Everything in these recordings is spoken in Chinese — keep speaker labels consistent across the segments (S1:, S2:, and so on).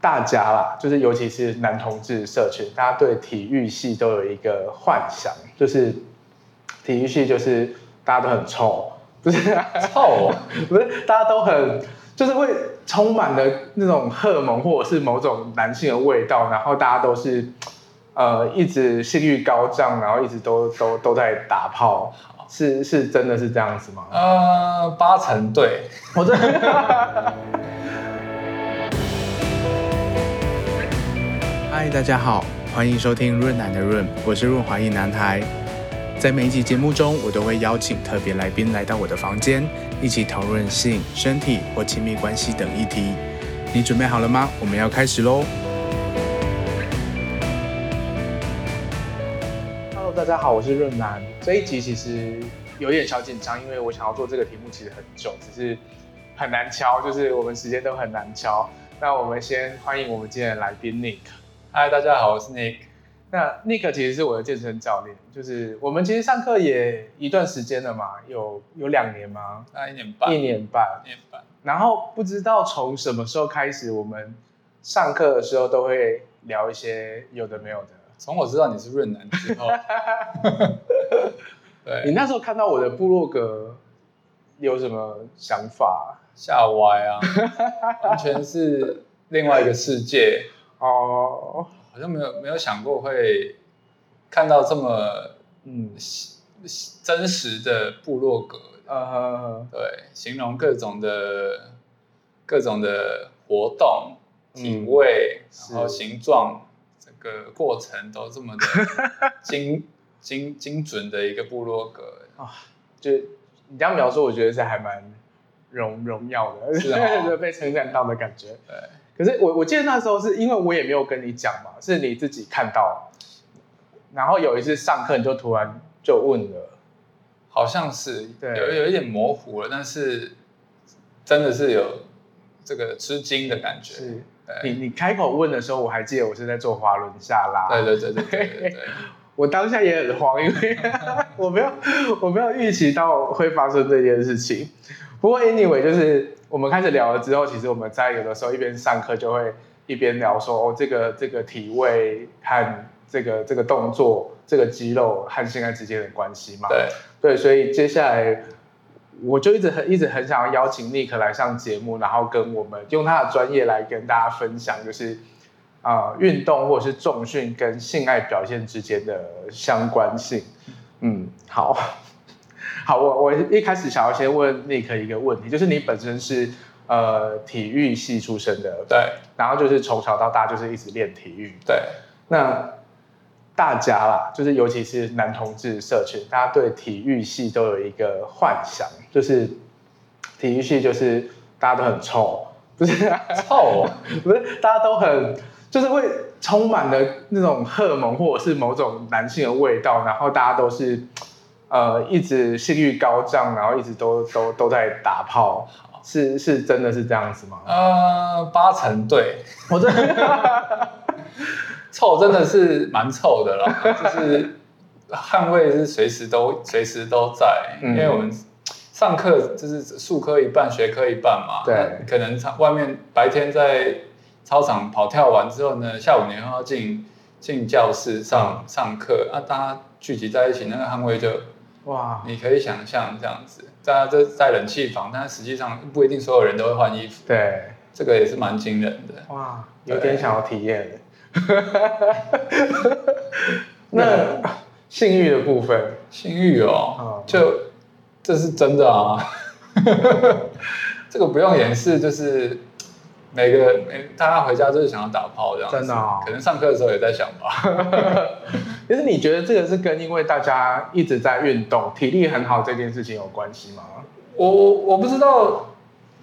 S1: 大家啦，就是尤其是男同志社群，大家对体育系都有一个幻想，就是体育系就是大家都很臭，不是、啊、
S2: 臭哦，
S1: 不是大家都很就是会充满了那种荷尔蒙或者是某种男性的味道，然后大家都是呃一直性欲高涨，然后一直都都都在打炮，是是真的是这样子吗？
S2: 呃，八成对，
S1: 我真的。
S3: 嗨，大家好，欢迎收听润南的润，我是润滑一男孩。在每一集节目中，我都会邀请特别来宾来到我的房间，一起讨论性、身体或亲密关系等议题。你准备好了吗？我们要开始喽！
S1: Hello，大家好，我是润南。这一集其实有点小紧张，因为我想要做这个题目其实很久，只是很难敲，就是我们时间都很难敲。那我们先欢迎我们今天的来宾 Nick。
S2: 嗨，大家好，我是 Nick。
S1: 那 Nick 其实是我的健身教练，就是我们其实上课也一段时间了嘛，有有两年吗？
S2: 那一年半，
S1: 一年半。
S2: 一年半，
S1: 然后不知道从什么时候开始，我们上课的时候都会聊一些有的没有的。
S2: 从我知道你是润南之 后，
S1: 你
S2: 对，
S1: 那时候看到我的部落格有什么想法？
S2: 吓歪啊，完全是另外一个世界，
S1: 哦，
S2: 好像没有没有想过会看到这么
S1: 嗯，
S2: 真实的部落格，
S1: 呃，
S2: 对，形容各种的各种的活动、
S1: 嗯
S2: 体位，
S1: 是
S2: 然后形状，这个过程都这 么的精精精准的一个部落格，
S1: 就你这样描述，我觉得是还蛮荣荣耀的，
S2: 是哦
S1: 就是被称赞到的感觉。
S2: 对，
S1: 可是我我记得那时候是因为我也没有跟你讲嘛，是你自己看到，然后有一次上课你就突然就问了，
S2: 好像是
S1: 对
S2: 有有一点模糊了，但是真的是有这个吃惊的感觉，
S1: 是你
S2: 对，
S1: 你开口问的时候，我还记得我是在做滑轮下拉，
S2: 对对对对对对对，
S1: 我当下也很慌，因为我没有我没有预期到会发生这件事情。不过 anyway，就是我们开始聊了之后，其实我们在有的时候一边上课就会一边聊说，哦，这个这个体位和这个这个动作、这个肌肉和性爱之间的关系嘛。
S2: 对，
S1: 对，所以接下来我就一直很一直很想要邀请 Nick 来上节目，然后跟我们用他的专业来跟大家分享，就是啊、呃运动或者是重训跟性爱表现之间的相关性。嗯，好， 好，我我一开始想要先问 Nick 一个问题，就是你本身是呃体育系出身的，
S2: 对
S1: 然后就是从小到大就是一直练体育，
S2: 对，
S1: 那大家啦，就是尤其是男同志社群，大家对体育系都有一个幻想，就是体育系就是大家都很臭， 不是、啊、
S2: 臭哦，
S1: 不是大家都很就是会充满了那种荷尔蒙或者是某种男性的味道，然后大家都是呃一直性欲高涨，然后一直都都都在打炮，是是真的是这样子吗？
S2: 呃，八成对，
S1: 我真的
S2: 臭真的是蛮臭 的啦，就是捍卫是随时都随时都在，
S1: 嗯
S2: 因为我们上课就是术科一半，学科一半嘛。
S1: 对
S2: 那可能操外面白天在操场跑跳完之后呢，下午你又要进进教室
S1: 嗯
S2: 上、上课，啊，大家聚集在一起，那个捍卫就
S1: 哇，
S2: 你可以想象这样子，大家都在冷气房，但实际上不一定所有人都会换衣服，
S1: 对。
S2: 这个也是蛮惊人的。
S1: 哇，
S2: 对
S1: 有点想要体 验。那性欲的部分，
S2: 性欲哦
S1: 嗯，
S2: 就这是真的啊， 这个不用掩饰，就是每个每大家回家就是想要打炮这样子，
S1: 真的哦
S2: 可能上课的时候也在想吧，
S1: 就是你觉得这个是跟因为大家一直在运动、体力很好这件事情有关系吗？
S2: 我我我不知道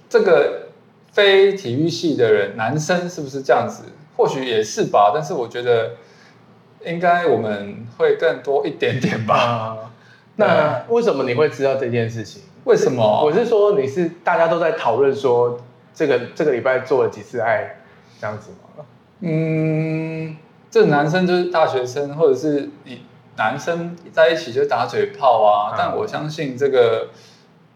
S2: 这个非体育系的人，男生是不是这样子，或许也是吧，但是我觉得应该我们会更多一点点吧，
S1: 啊，那为什么你会知道这件事情？
S2: 为什么？
S1: 我是说，你是大家都在讨论说这个这个礼拜做了几次爱这样子吗？
S2: 嗯，这男生就是大学生，或者是你男生在一起就打嘴炮啊。
S1: 嗯
S2: 但我相信这个，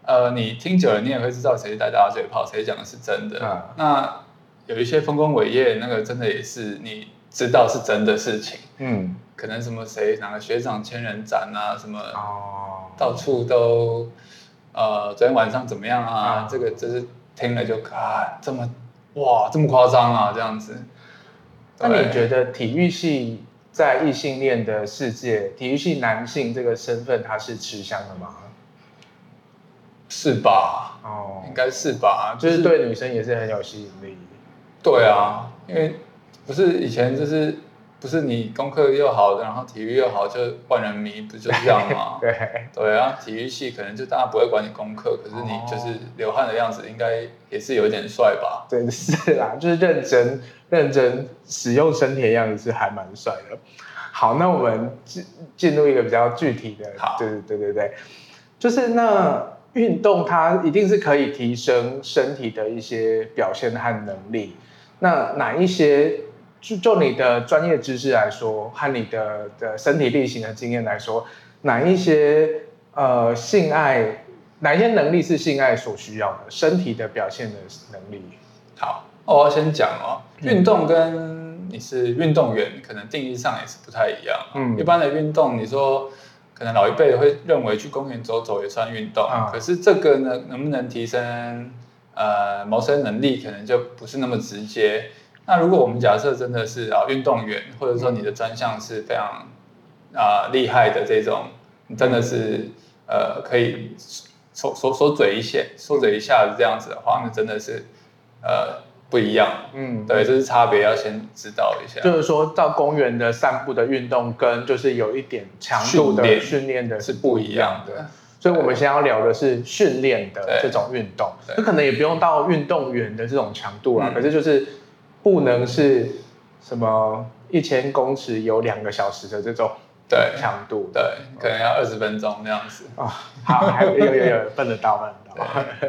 S2: 呃，你听久了你也会知道谁在打嘴炮，谁讲的是真的。
S1: 嗯
S2: 那有一些丰功伟业，那个真的也是你知道是真的事情，
S1: 嗯，
S2: 可能什么谁哪个学长千人斩啊，什么
S1: 哦，
S2: 到处都呃，昨天晚上怎么样啊
S1: 啊？
S2: 这个就是听了就啊，这么哇这么夸张啊，这样子。
S1: 那
S2: 对
S1: 你觉得体育系在异性恋的世界，体育系男性这个身份它是吃香的吗？
S2: 是吧？
S1: 哦，
S2: 应该是吧，
S1: 就是对女生也是很有吸引力。
S2: 对啊，因为不是以前就是不是你功课又好，然后体育又好，就万人迷，不就这样吗？
S1: 对，
S2: 对啊，体育系可能就大家不会管你功课，可是你就是流汗的样子，应该也是有点帅吧？
S1: 对是啦，就是认真认真使用身体的样子是还蛮帅的。好，那我们进进入一个比较具体的
S2: 好，
S1: 对对对对对，就是那运动它一定是可以提升身体的一些表现和能力。那哪一些就就你的专业知识来说，和你的的身体力行的经验来说，哪一些呃性爱，哪一些能力是性爱所需要的？身体的表现的能力，
S2: 好，哦我要先讲哦，
S1: 嗯
S2: 运动跟你是运动员，可能定义上也是不太一样。
S1: 嗯
S2: 一般的运动，你说可能老一辈会认为去公园走走也算运动，
S1: 啊
S2: 可是这个呢，能不能提升呃谋生能力，可能就不是那么直接。那如果我们假设真的是啊运动员，或者说你的专项是非常啊、厉害的这种，你真的
S1: 嗯
S2: 是呃可以说说说嘴一些，说嘴一下子这样子的话，那真的是呃不一样。
S1: 嗯，
S2: 对，这是差别，要先知道一下。
S1: 就是说到公园的散步的运动，跟就是有一点强度
S2: 训
S1: 的
S2: 练
S1: 训练的
S2: 是不一样的。
S1: 所以我们先要聊的是训练的
S2: 对
S1: 这种运动，
S2: 对
S1: 那可能也不用到运动员的这种强度啦，
S2: 嗯
S1: 可是就是不能是什么一千公尺有两个小时的这种
S2: 对
S1: 强度
S2: 对，可能要二十分钟这样子。
S1: 啊、好，还有有有有办得到办得到，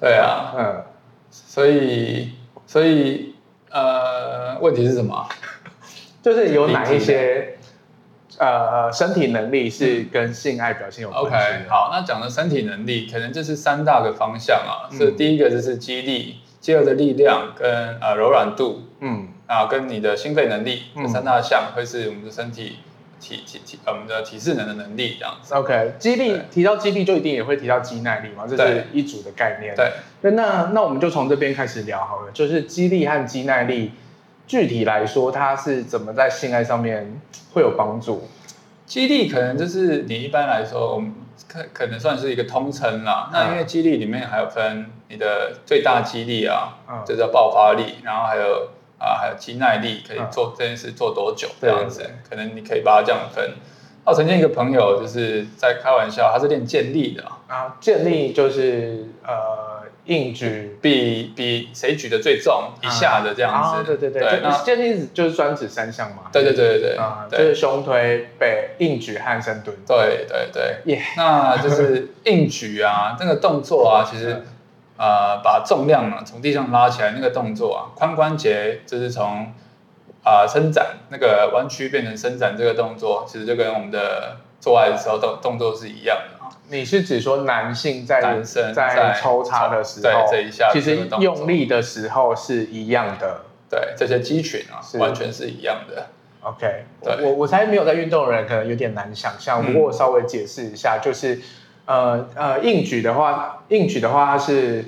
S2: 对啊，
S1: 嗯，
S2: 所以所以呃，问题是什么？
S1: 就是有哪一些呃身体能力是跟性爱表现有关
S2: OK，
S1: 系啊的？
S2: 好，那讲的身体能力，可能就是三大个方向啊。
S1: 嗯
S2: 是第一个就是肌力，第二个力量跟呃柔软度
S1: 嗯
S2: 啊，跟你的心肺能力
S1: 嗯
S2: 这三大项会是我们的身体体体体呃我们的体适能的能力这样子。
S1: ，OK，肌力
S2: 对
S1: 提到肌力就一定也会提到肌耐力嘛，这是
S2: 对
S1: 一组的概念。
S2: 对，
S1: 那那那我们就从这边开始聊好了，就是肌力和肌耐力，具体来说，它是怎么在性爱上面会有帮助？
S2: 肌力可能就是你一般来说，我们可可能算是一个通称啦。那因
S1: 嗯
S2: 为肌力里面还有分你的最大肌力啊，
S1: 嗯
S2: 这叫爆发力，然后还有啊还有肌耐力，可以
S1: 嗯
S2: 做这件事做多久这
S1: 对
S2: 样子，可能你可以把它这样分。那我曾经一个朋友就是在开玩笑，他是练健力的啊，
S1: 啊，建立就是呃硬举
S2: 比比谁举的最重一下的这样子。
S1: 啊，对对对，
S2: 对，
S1: 就
S2: 那
S1: 建立就是专指三项嘛。
S2: 对对对对对
S1: 啊，就
S2: 对
S1: 是胸推、背、硬举和深蹲。
S2: 对对对，
S1: 耶，
S2: 那就是硬举啊，那个动作 啊，其实呃，把重量啊从地上拉起来那个动作啊，髋关节就是从啊、伸展那个弯曲变成伸展这个动作，其实就跟我们的做爱的时候动动作是一样的啊。
S1: 你是指说男性在
S2: 男生
S1: 在
S2: 在
S1: 抽插的时候
S2: 对，这一下
S1: 其实
S2: 这个动作
S1: 用力的时候是一样的。
S2: 对，这些肌群啊
S1: 是，
S2: 完全是一样的。
S1: OK，我
S2: 对
S1: 我我猜没有在运动的人可能有点难想象，不过
S2: 嗯
S1: 我稍微解释一下，就是呃呃硬举的话，硬举的话它是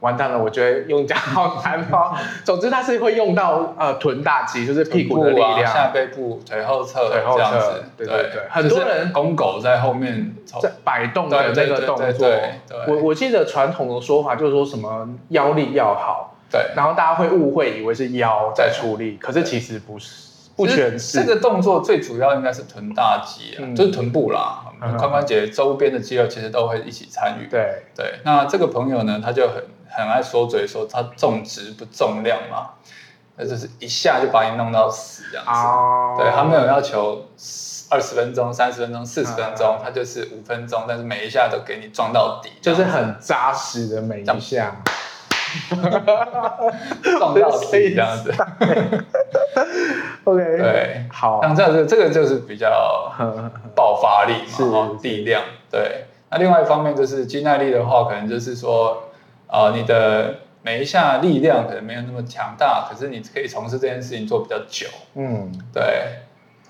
S1: 完蛋了，我觉得用讲好难 哦。总之它是会用到呃臀大肌，就是屁股的力
S2: 臀部啊、下
S1: 量，
S2: 背部、腿后侧、
S1: 腿后侧
S2: 这样子。
S1: 对对对很
S2: 就是
S1: 多人
S2: 公狗在后面从
S1: 在摆动的那
S2: 对对
S1: 个
S2: 对
S1: 动
S2: 对
S1: 作
S2: 对。对
S1: 我我记得传统的说法就是说什么腰力要好，
S2: 对，
S1: 然后大家会误会以为是腰在出力，可是其实不是，不全
S2: 其实
S1: 是。
S2: 这个动作最主要应该是臀大肌、啊，
S1: 嗯
S2: 就是臀部啦，我
S1: 嗯
S2: 们髋关节周边的肌肉其实都会一起参与。
S1: 对，
S2: 对那这个朋友呢，他就很很爱说嘴说他重质不重量嘛，那就是一下就把你弄到死这样子。
S1: 哦，
S2: 对他没有要求二十分钟、三十分钟、四十分钟
S1: 嗯，
S2: 他就是五分钟，但是每一下都给你撞到底，
S1: 就是
S2: 这样
S1: 很扎实的每一项。
S2: 子撞到底这样子。
S1: OK，，
S2: 对，
S1: 好，
S2: 像这样子，这个就是比较爆发力嘛，
S1: 是
S2: 哦力量。对，那另外一方面就是肌耐力的话，可能就是说，呃，你的每一下力量可能没有那么强大，可是你可以从事这件事情做比较久。
S1: 嗯，
S2: 对，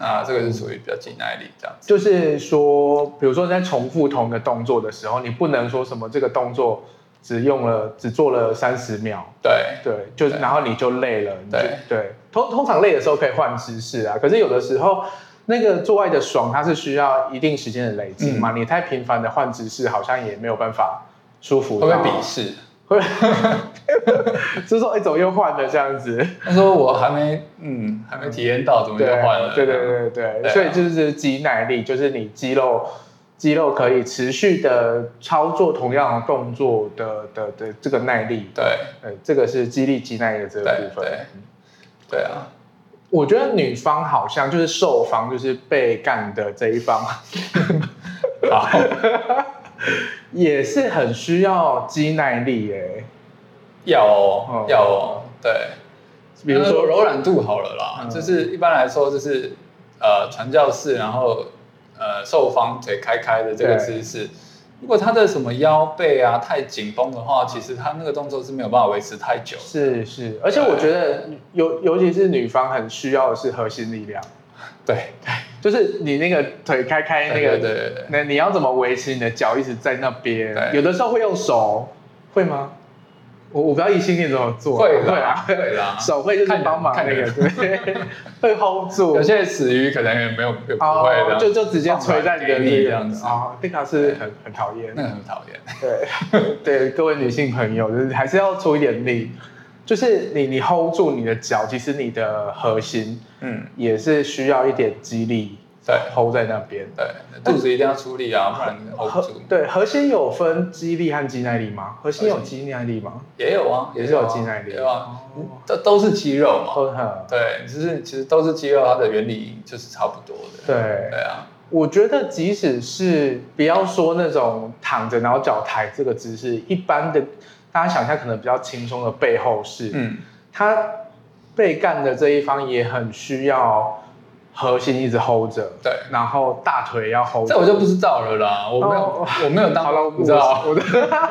S2: 那这个是属于比较肌耐力这样子。
S1: 就是说，比如说在重复同一个动作的时候，你不能说什么这个动作只用了只做了三十秒，
S2: 对，
S1: 对，就
S2: 对
S1: 然后你就累了，你就
S2: 对
S1: 对。通通常累的时候可以换姿势啊，可是有的时候那个做爱的爽，它是需要一定时间的累积
S2: 嗯
S1: 嘛，你太频繁的换姿势，好像也没有办法舒服
S2: 会
S1: 到。
S2: 不会鄙视？
S1: 会不会， 就是说哎，怎么又换了这样 子？
S2: 他说我还没，嗯，还没体验到，怎么就
S1: 对啊
S2: 换了？
S1: 对对对对，
S2: 对啊
S1: 所以就是肌耐力，就是你肌肉肌肉可以持续的操作同样的动作的的的这个耐力，
S2: 对
S1: 呃，这个是肌力肌耐力的这个
S2: 对
S1: 部分。
S2: 对对啊！
S1: 我觉得女方好像就是受方，就是被干的这一方，
S2: 好，
S1: 也是很需要肌耐力耶。
S2: 要哦
S1: 哦，
S2: 要哦，对。
S1: 比如
S2: 呃
S1: 说，
S2: 柔软度好了啦，
S1: 嗯
S2: 就是一般来说就是呃传教士，然后呃受方腿开开的这个姿势，如果他的什么腰背啊太紧绷的话，其实他那个动作是没有办法维持太久。
S1: 是是，而且我觉
S2: 呃
S1: 得尤尤其是女方很需要的是核心力量，
S2: 对，
S1: 就是你那个腿开开那
S2: 对对
S1: 个
S2: 对对对
S1: 那你要怎么维持你的脚一直在那边
S2: 对？
S1: 有的时候会用手，会吗？我我不知道异性恋怎么做，
S2: 会
S1: 会
S2: 啦
S1: 啊，
S2: 会啦
S1: 手会就是帮忙
S2: 看
S1: 那个，
S2: 人
S1: 对， 会 hold 住
S2: 有。些死鱼可能也没有也不会啊的，
S1: 哦就就直接捶在你的
S2: 放软给
S1: 脸
S2: 你这样子，
S1: 啊，那个是很很讨厌
S2: 那。个很讨厌。
S1: 对 对，各位女性朋友，就是还是要出一点力，就是你你 hold 住你的脚，其实你的核心
S2: 嗯，
S1: 也是需要一点肌力
S2: 对
S1: hold 在那边。
S2: 对，肚子一定要出力啊，不然 hold 不
S1: 核
S2: 住。
S1: 哎对核心有分肌力和肌耐力吗？核心有肌耐力吗？
S2: 也有啊，
S1: 也
S2: 也
S1: 是有
S2: 啊
S1: 肌耐力
S2: 有啊
S1: 哦，
S2: 都都是肌肉嘛。
S1: 都很
S2: 对，就是其实都是肌肉，它的原理就是差不多的。
S1: 对。
S2: 对啊，
S1: 我觉得即使是不要说那种躺着然后脚抬这个姿势，一般的大家想象可能比较轻松的背后式，
S2: 嗯，
S1: 他被干的这一方也很需要核心一直 hold 着，
S2: 对
S1: 然后大腿要 hold
S2: 这
S1: 着。
S2: 我就不知道了啦，我没有，
S1: 哦
S2: 我没有当，
S1: 好了，
S2: 你知道？
S1: 我的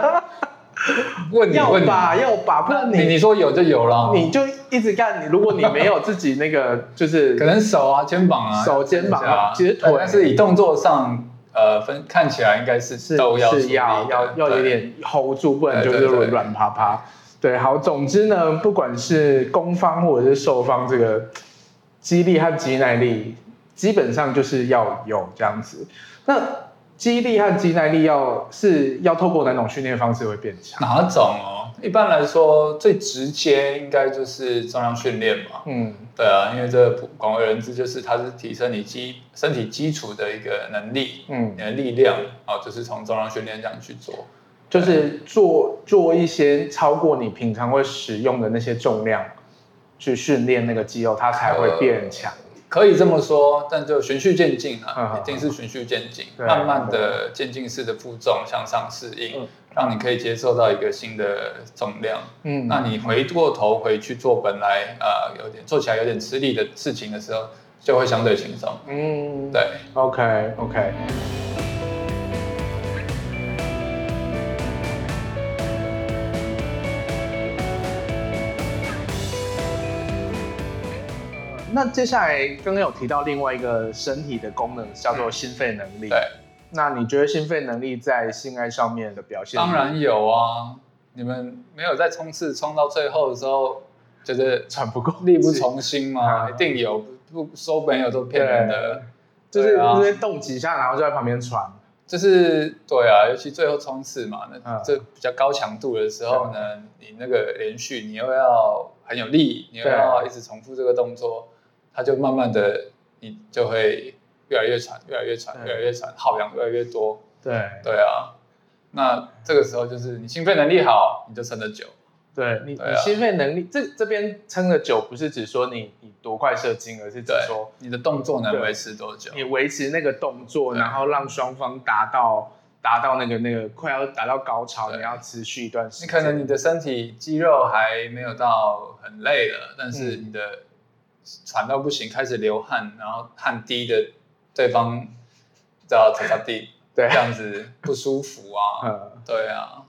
S2: 问你
S1: 要
S2: 问你，
S1: 吧要吧，不然
S2: 你
S1: 你
S2: 你说有就有啦，
S1: 你就一直干，你如果你没有自己那个就是
S2: 可能手啊、肩膀啊、
S1: 手肩膀啊
S2: 这些
S1: 其实
S2: 啊
S1: 腿
S2: 但是以动作上，呃，分看起来应该是
S1: 是
S2: 都要
S1: 是
S2: 注意
S1: 要
S2: 的
S1: 要要有。点 hold 住，不然就
S2: 对
S1: 是
S2: 对对
S1: 软趴趴。对，好，总之呢，不管是攻方或者是受方，这个肌力和肌耐力基本上就是要有这样子。那肌力和肌耐力要是要透过哪种训练方式会变强？
S2: 哪种哦？一般来说，最直接应该就是重量训练嘛。
S1: 嗯，
S2: 对啊，因为这普广为人知，就是它是提升你基身体基础的一个能力，
S1: 嗯
S2: 你的力量啊，哦就是从重量训练这样去做。
S1: 就是做做一些超过你平常会使用的那些重量去训练那个肌肉，它才
S2: 呃
S1: 会变强。
S2: 可以这么说，但就循序渐进啊，
S1: 嗯
S2: 一定是循序渐进，
S1: 对
S2: 慢慢的渐进式的负重向上适应
S1: 嗯，
S2: 让你可以接受到一个新的重量。
S1: 嗯，
S2: 那你回过头回去做本来呃有点做起来有点吃力的事情的时候，就会相对轻松。
S1: 嗯，
S2: 对，
S1: OK OK，那接下来刚刚有提到另外一个身体的功能叫做心肺能力。
S2: 嗯对，
S1: 那你觉得心肺能力在性爱上面的表现？
S2: 当，然有啊，你们没有在冲刺冲到最后的时候，觉得
S1: 喘不过气
S2: 力不从心吗？
S1: 啊
S2: 一定有，不不说没有都骗人的。
S1: 就是
S2: 对啊
S1: 就是动几下，然后就在旁边喘。
S2: 就是对啊，尤其最后冲刺嘛，那
S1: 嗯啊
S2: 这比较高强度的时候呢，你那个连续，你又要很有力，你又
S1: 对啊
S2: 要一直重复这个动作，它就慢慢的你就会越来越喘，越来越喘，
S1: 对
S2: 越来越喘，耗氧越来越多。
S1: 对
S2: 对啊，那这个时候就是你心肺能力好，你就撑得久。
S1: 对你，
S2: 对啊
S1: 你心肺能力这这边撑的久，不是只说你你多快射精，而是指
S2: 对
S1: 说，
S2: 你的动作能
S1: 对
S2: 维持多久？
S1: 你维持那个动作，
S2: 啊对啊
S1: 然后让双方达到达到那个那个快要达到高潮，
S2: 对
S1: 你要持续一段时
S2: 你
S1: 间。
S2: 可能你的身体肌肉还没有到很累了，但是你的喘到不行，开始流汗，然后汗滴的对方叫擦擦地，
S1: 对
S2: 这样子不舒服啊，
S1: 呃，
S2: 对啊，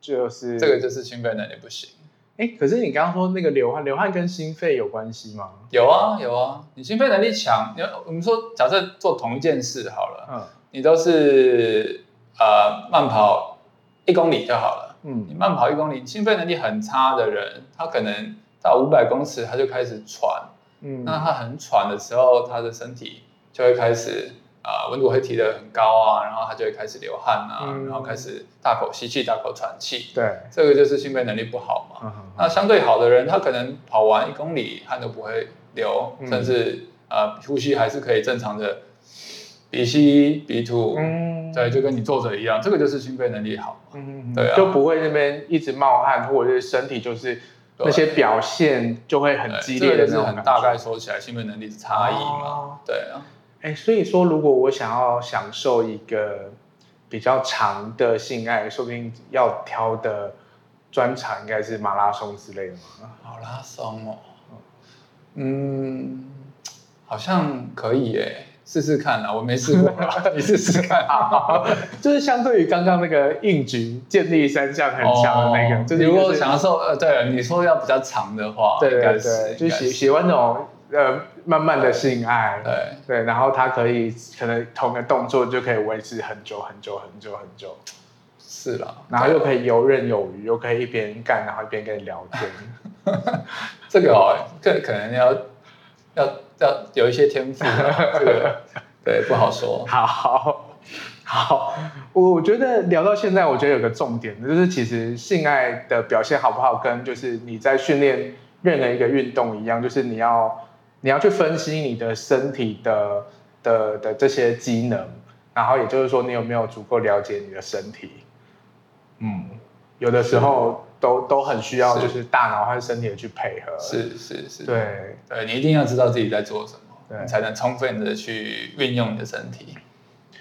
S1: 就是
S2: 这个就是心肺能力不行。
S1: 哎，可是你刚刚说那个流汗，流汗跟心肺有关系吗？
S2: 有啊有啊，你心肺能力强，你我们说假设做同一件事好了，
S1: 嗯
S2: 你都是呃慢跑一公里就好了，你
S1: 嗯
S2: 慢跑一公里，心肺能力很差的人，他可能到五百公尺他就开始喘，
S1: 嗯，
S2: 那他很喘的时候，他的身体就会开始啊、呃温度会提得很高啊，然后他就会开始流汗啊，
S1: 嗯
S2: 然后开始大口吸气、大口喘气，
S1: 对，
S2: 这个就是心肺能力不好嘛。
S1: 嗯哼
S2: 那相对好的人，他可能跑完一公里汗都不会流，
S1: 嗯
S2: 甚至啊、呃呼吸还是可以正常的鼻吸鼻吐，
S1: 嗯，
S2: 对，就跟你坐着一样，这个就是心肺能力好嘛。
S1: 嗯，
S2: 对啊
S1: 就不会那边一直冒汗，或者是身体就是
S2: 对
S1: 那些表现就会很
S2: 对
S1: 激
S2: 这
S1: 烈的
S2: 个就
S1: 那
S2: 是
S1: 种
S2: 很
S1: 感
S2: 大概
S1: 觉。
S2: 说起来心肺能力的差异嘛。
S1: 哦
S2: 对啊，
S1: 哎、所以说，如果我想要享受一个比较长的性爱，说不定要挑的专场应该是马拉松之类的嘛。
S2: 马拉松哦，嗯，好像可以耶，试试看 啊啦，我没试过啦，你试试看。
S1: 好，就是相对于刚刚那个硬举建立三项很强的那个，
S2: 哦
S1: 就是
S2: 如果
S1: 就是
S2: 想要说，呃，对，你说要比较长的话，
S1: 对
S2: 应该
S1: 对
S2: 是
S1: 对，
S2: 应
S1: 就
S2: 该
S1: 喜
S2: 是
S1: 喜欢那种呃慢慢的性爱，
S2: 对，
S1: 对，然后他可以可能同个动作就可以维持很久很久很久很久，
S2: 是啦，
S1: 然后又可以游刃有余，又可以一边干，然后一边跟你聊天。
S2: 这个哦，这可能要要要有一些天赋啊， 这个对不好说。
S1: 好好，我我觉得聊到现在，我觉得有个重点，就是其实性爱的表现好不好，跟就是你在训练任何一个运动一样，就是你要你要去分析你的身体的的的这些机能，然后也就是说你有没有足够了解你的身体。
S2: 嗯，
S1: 有的时候都都很需要，
S2: 是
S1: 就是大脑和身体的去配合。，
S2: 是是是，
S1: 对，
S2: 对，你一定要知道自己在做什
S1: 对
S2: 么，你才能充分的去运用你的身体。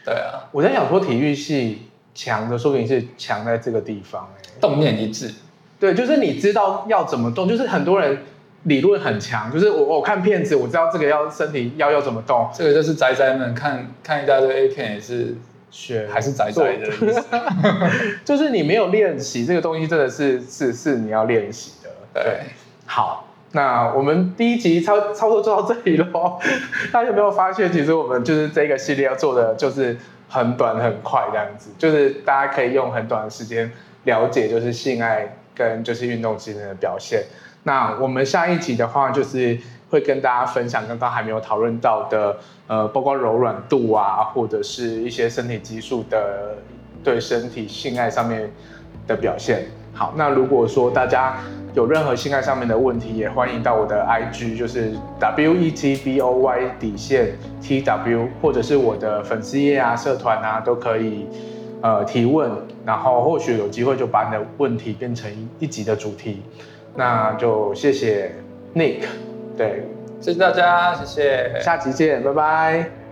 S2: 对啊，
S1: 我在想说体育系强的，说不定是强在这个地方、欸。
S2: 动念一致，
S1: 对，就是你知道要怎么动，就是很多人理论很强，就是我我看片子，我知道这个要身体要要怎么动，
S2: 这个就是宅宅们看看一大堆 A 片也是
S1: 学
S2: 还是宅宅的意思。
S1: 就是你没有练习这个东西，真的是是是你要练习的。
S2: 对，
S1: 好，那我们第一集差差不多就到这里喽。 大家有没有发现，其实我们就是这个系列要做的就是很短很快这样子，就是大家可以用很短的时间了解就是性爱跟就是运动机能的表现。那我们下一集的话，就是会跟大家分享刚刚还没有讨论到的，呃，包括柔软度啊，或者是一些身体激素的对身体性爱上面的表现。好，那如果说大家有任何性爱上面的问题，也欢迎到我的 IG，就是 W E T B O Y 底线 T W，或者是我的粉丝页啊、社团啊，都可以呃提问，然后或许有机会就把你的问题变成一一集的主题。那就谢谢 Nick，对，
S2: 谢谢大家，谢谢，
S1: 下集见，拜拜。